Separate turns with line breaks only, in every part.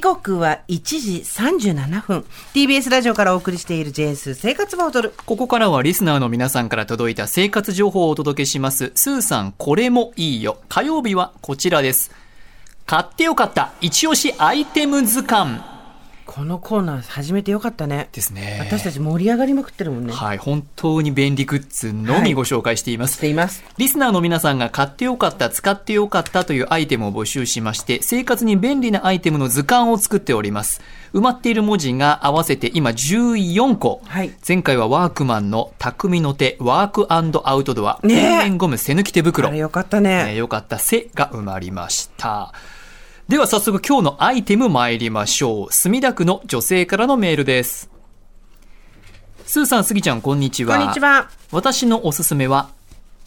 刻は1時37分 TBS ラジオからお送りしている JS 生活バトル
ここからはリスナーの皆さんから届いた生活情報をお届けしますスーさんこれもいいよ火曜日はこちらです買ってよかった一押しアイテム図鑑
このコーナー始めてよかったね
ですね
私たち盛り上がりまくってるもんね
はい本当に便利グッズのみご紹介しています、
しています
リスナーの皆さんが買ってよかった、使ってよかったというアイテムを募集しまして、生活に便利なアイテムの図鑑を作っております。埋まっている文字が合わせて今14個。
はい
前回はワークマンの匠の手、ワークアウトドア、
ねえ
天然ゴム背抜き手袋。
あれよかった
えー
ね
よかった「せ」が埋まりましたでは早速今日のアイテム参りましょう墨田区の女性からのメールですスーさんスギちゃんこんにち
こ
は
んにちは
私のおすすめは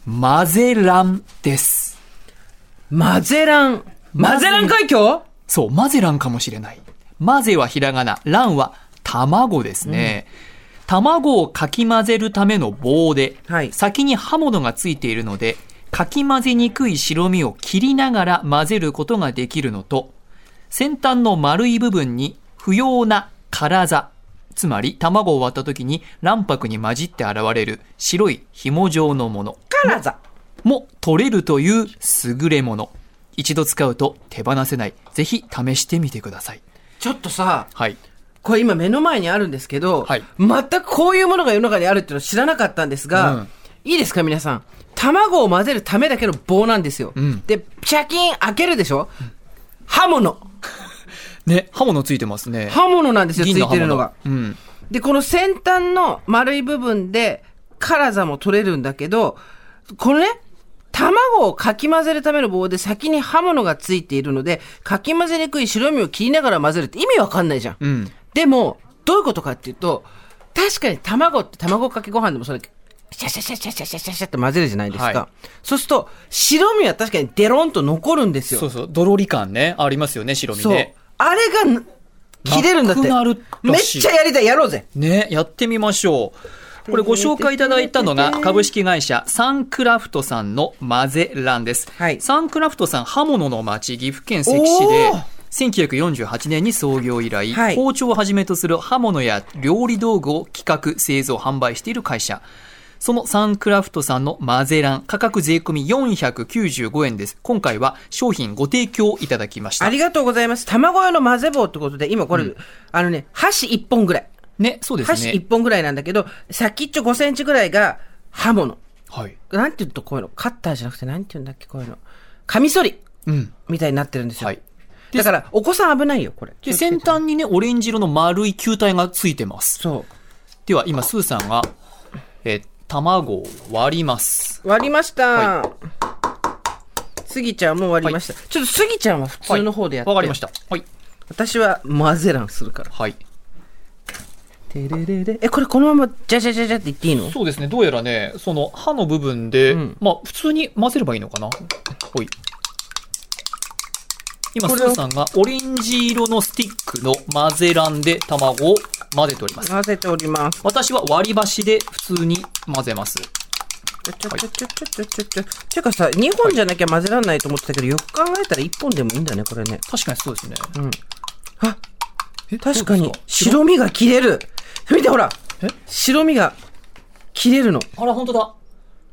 マゼランです
マゼランマゼラン海峡
そうマゼランかもしれないマゼはひらがなランは卵ですね、卵をかき混ぜるための棒で、
はい
先に刃物がついているのでかき混ぜにくい白身を切りながら混ぜることができるのと先端の丸い部分に不要な殻座つまり卵を割った時に卵白に混じって現れる白い紐状のもの
カラザ
も取れるという優れもの一度使うと手放せないぜひ試してみてください
ちょっとさ
はい
これ今目の前にあるんですけど、
はい
全くこういうものが世の中にあるっていうのは知らなかったんですが、
うん
いいですか皆さん。卵を混ぜるためだけの棒なんですよ。
ん
で、シャキーン開けるでしょ、刃物。
ね刃物ついてますね
刃物なんですよ、ついてるのが。
うん
で、この先端の丸い部分で、辛さも取れるんだけど、このね、卵をかき混ぜるための棒で先に刃物がついているので、かき混ぜにくい白身を切りながら混ぜるって意味わかんないじゃん。
うん
でも、どういうことかっていうと、確かに卵って卵かけご飯でもそれ、シャシャシャシャシャシャシャシャって混ぜるじゃないですか。
はい
そうすると、白身は確かにデロンと残るんですよ。
そうそうどろり感ねありますよね白身
そう
ね
あれがな、切れるんだって。
なくなる
め
ら
っ
しい
ちゃやりたい。やろうぜ。
ねやってみましょうこれご紹介いただいたのが株式会社サンクラフトさんのマゼランです、
はい
サンクラフトさん刃物の町岐阜県関市で
おー
1948年に創業以来、
はい
包丁をはじめとする刃物や料理道具を企画製造販売している会社そのサンクラフトさんのマゼラン価格税込み495円です今回は商品ご提供いただきました
ありがとうございます。卵用の混ぜ棒ってことで、今これ、あのね、箸1本ぐらい。
ねそうですね
箸1本ぐらいなんだけど、先っちょ5センチぐらいが刃物。
はい
なんて言うとこういうのカッターじゃなくて、なんて言うんだっけ、こういうの。カミソリ。
うん
みたいになってるんですよ。
はい
だから、お子さん危ないよ、これ。
で、先端にね、オレンジ色の丸い球体がついてます。
そ
では、今、スーさんが、えー卵を割ります。
う。割りました。スギちゃんも割りました。ちょっとスギちゃんは普通の方でやって。
はいわ、かりまし。た。はい。
私はマゼランするから。
はい。
てれれれ。え、これこのまま、じゃじゃじゃじゃって言っていいの
そうですね、どうやらね、その刃の部分で、
うん
まあ、普通に混ぜればいいのかな。はい。今、
こ
ス
れを
ーさんがオレンジ色のスティックの混ぜランで卵を混ぜております。
混ぜております。
私は割り箸で普通に混ぜます。
ちょちょちょちょちょちょちょ。ていうかさ、2本じゃなきゃ混ぜらんないと思ってたけど、よく考えたら1本でもいいんだね、これね。
確かにそうですね。
あ、
え
確か
どう
に
で、す
白身が切れる。見てほら
え
白身が切れるの。
あら、本当だ。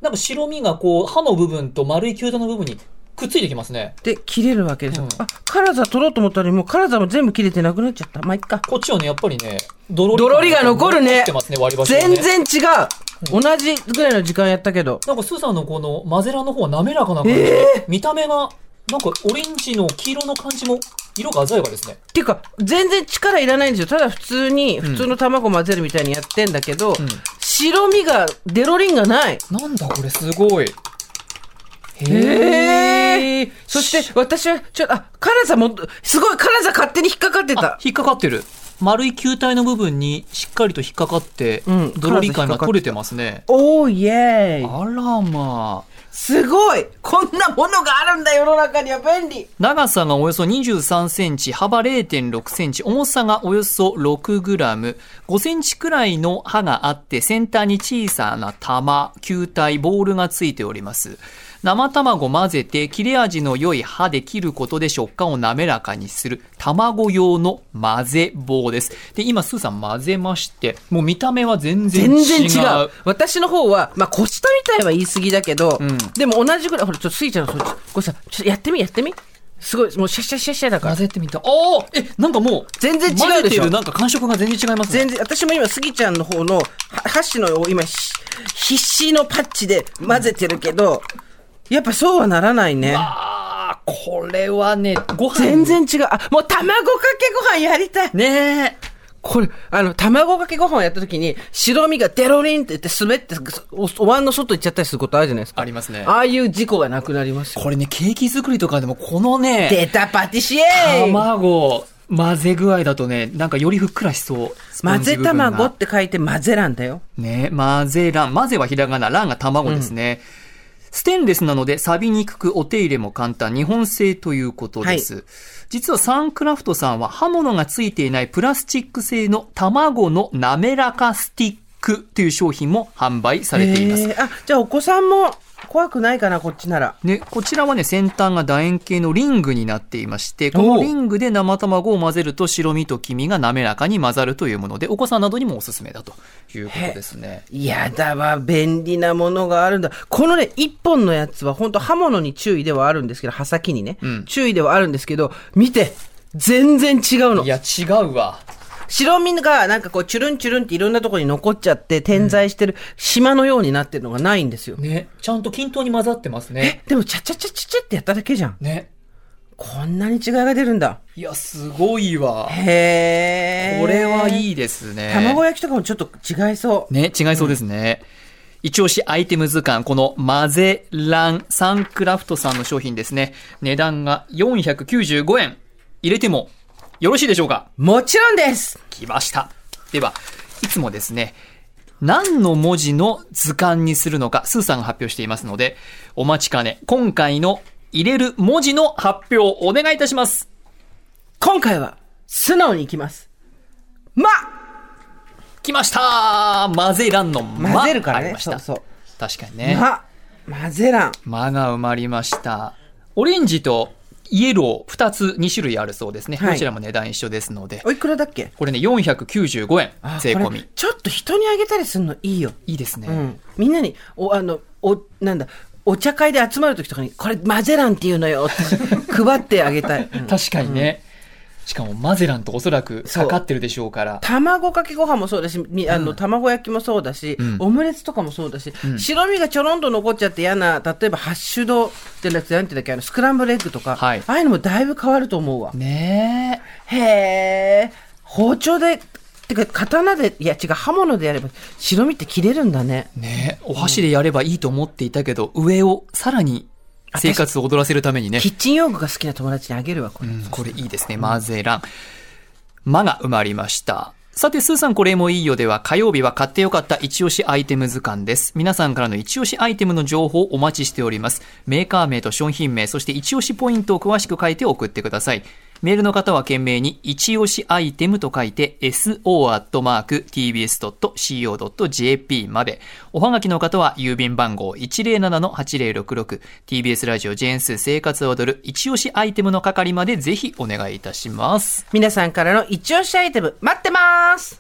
なんか白身がこう、歯の部分と丸い球体の部分にくっついてきますね。
で切れるわけですよ、
うん
あ辛さ取ろうと思ったのにもう辛さも全部切れてなくなっちゃったまあいっか
こっちはね、やっぱりね、ドロリ
ドロリが残るね
残ってますね、割り箸がね
全然違う、同じぐらいの時間やったけど
なんかスーさんのこのマゼラの方は滑らかな感じで、見た目が、なんかオレンジの黄色の感じも、色が鮮やかですね。
っていうか全然力いらないんですよただ普通に普通の卵混ぜるみたいにやってんだけど、白身がデロリンがない
なんだこれ、すごい。
へ
え。
そして私はちょっとあ辛さもすごい辛さ勝手に引っかかって
あ
た、
引っかかってる。丸い球体の部分にしっかりと引っかかって、
うん
ドロリ感が取れてますね。
おーイエーイ
あらまあ。
すごいこんなものがあるんだ世の中には便利
長さがおよそ23センチ、幅0.6センチ、重さがおよそ6グラム、5センチくらいの刃があって、先端に小さな玉、球体、ボールがついております。生卵混ぜて切れ味の良い歯で切ることで食感を滑らかにする卵用の混ぜ棒です。で、今、スーさん混ぜまして、もう見た目は全然
全
違う。
然違う。私の方は、まあ、こしたみたいは言い過ぎだけど、
ん
でも同じぐらい、ほら、ちょっとスイちゃんのそっち、これさ、ちょっとやってみ、やってみ。すごい、もうシャシャシャシャだから
混。ぜてみた。おおえ、なんかもう、
全然違うでしょ
混ぜてるなんか感触が全然違いますね。
全然、私も今、スギちゃんの方の、は箸のを今、ひ必死のパッチで混ぜてるけど、やっぱそうはならないね。
あー、これはね、ご
全。
飯。
然違う。あ、もう卵かけご飯やりたい。
ねえ。
これ、あの、卵かけご飯をやった時に、白身がデロリンって言って滑って、おお椀の外行っちゃったりすることあるじゃないですか。
ありますね
ああいう事故がなくなりますよ。
これね、ケーキ作りとかでも、このね、
出たパティシエ
卵、混ぜ具合だとね、なんかよりふっくらしそう。スポ
混
ンジ
ぜ
部分が
卵って書いて混ぜなんだよ。
ね、混ぜ卵。混ぜはひらがな、卵が卵ですね。ステンレスなので錆びにくくお手入れも簡単、日本製ということです。実はサンクラフトさんは刃物がついていないプラスチック製の卵の滑らかスティックという商品も販売されています。
へーあ、じゃあお子さんも怖くないかな、こっちなら。
ね、こちらはね、先端が楕円形のリングになっていまして、このリングで生卵を混ぜると白身と黄身が滑らかに混ざるというもので、お子さんなどにもおすすめだということですね。
やだわ、便利なものがあるんだ。このね、一本のやつは本当刃物に注意ではあるんですけど、刃先にね、注意ではあるんですけど、見て全然違うの
い。や、違うわ。
白身がなんかこう、チュルンチュルンっていろんなところに残っちゃって、点在してる島のようになってるのがないんですよ。
ね、ちゃんと均等に混ざってますね。
でも、ちゃちゃちゃちゃちゃってやっただけじゃん。
ね。
こんなに違いが出るんだ。
いや、すごいわ。
へー。
これはい
い。
いですね。
卵焼きとかもちょっと違いそう。
ね、違いそうですね。一押しアイテム図鑑、このマゼランサンクラフトさんの商品ですね。値段が495円。入れてもよろしいでしょうか
もちろんです
来ました。では、いつもですね、何の文字の図鑑にするのか、スーさんが発表していますので、お待ちかね、今回の入れる文字の発表をお願いいたします。
今回は、素直にいきます。ま
来ました混ぜらんの間
混ぜるからね
ありまし
そ
た
うそう
確かにね。
ま、混ぜらん。
間が埋まりました。オレンジとイエロー2つ、2種類あるそうですね。
はい
どちらも値段一緒ですので。
おいくらだっけ
これね、495円
あ、
税込
これ
み。
ちょっと人にあげたりするのいいよ。
いいですね。
うん。みんなに、お、あの、お、なんだ、お茶会で集まるときとかに、これ混ぜらんっていうの よって配ってあげたい。うん
確かにね。しかもマゼランとおそらくかかってるでしょうから。
卵かけご飯もそうだし、みあの、卵焼きもそうだし、オムレツとかもそうだし、白身がちょろんと残っちゃって嫌な、例えばハッシュドってなくて、なんていうんだっけ、あの、スクランブルエッグとか、
はい
ああいうのもだいぶ変わると思うわ。
ね
へえ、包丁で、てか刀で、いや違う、刃物でやれば、白身って切れるんだね。
え。ねえ。お箸でやればいいと思っていたけど、上をさらに生活を踊らせるためにね
キ。ッチン用具が好きな友達にあげるわ、これ。
これいいですね。マゼラン。間が埋まりました。さて、スーさんこれもいいよでは火曜日は買ってよかった一押しアイテム図鑑です。皆さんからの一押しアイテムの情報をお待ちしております。メーカー名と商品名、そして一押しポイントを詳しく書いて送ってください。メールの方は懸命に一押しアイテムと書いて so.tbs.co.jp まで。おはがきの方は郵便番号 107-8066TBS ラジオジェーンス生活を踊る一押しアイテムの係までぜひお願いいたします。
皆さんからの一押しアイテム、待ってます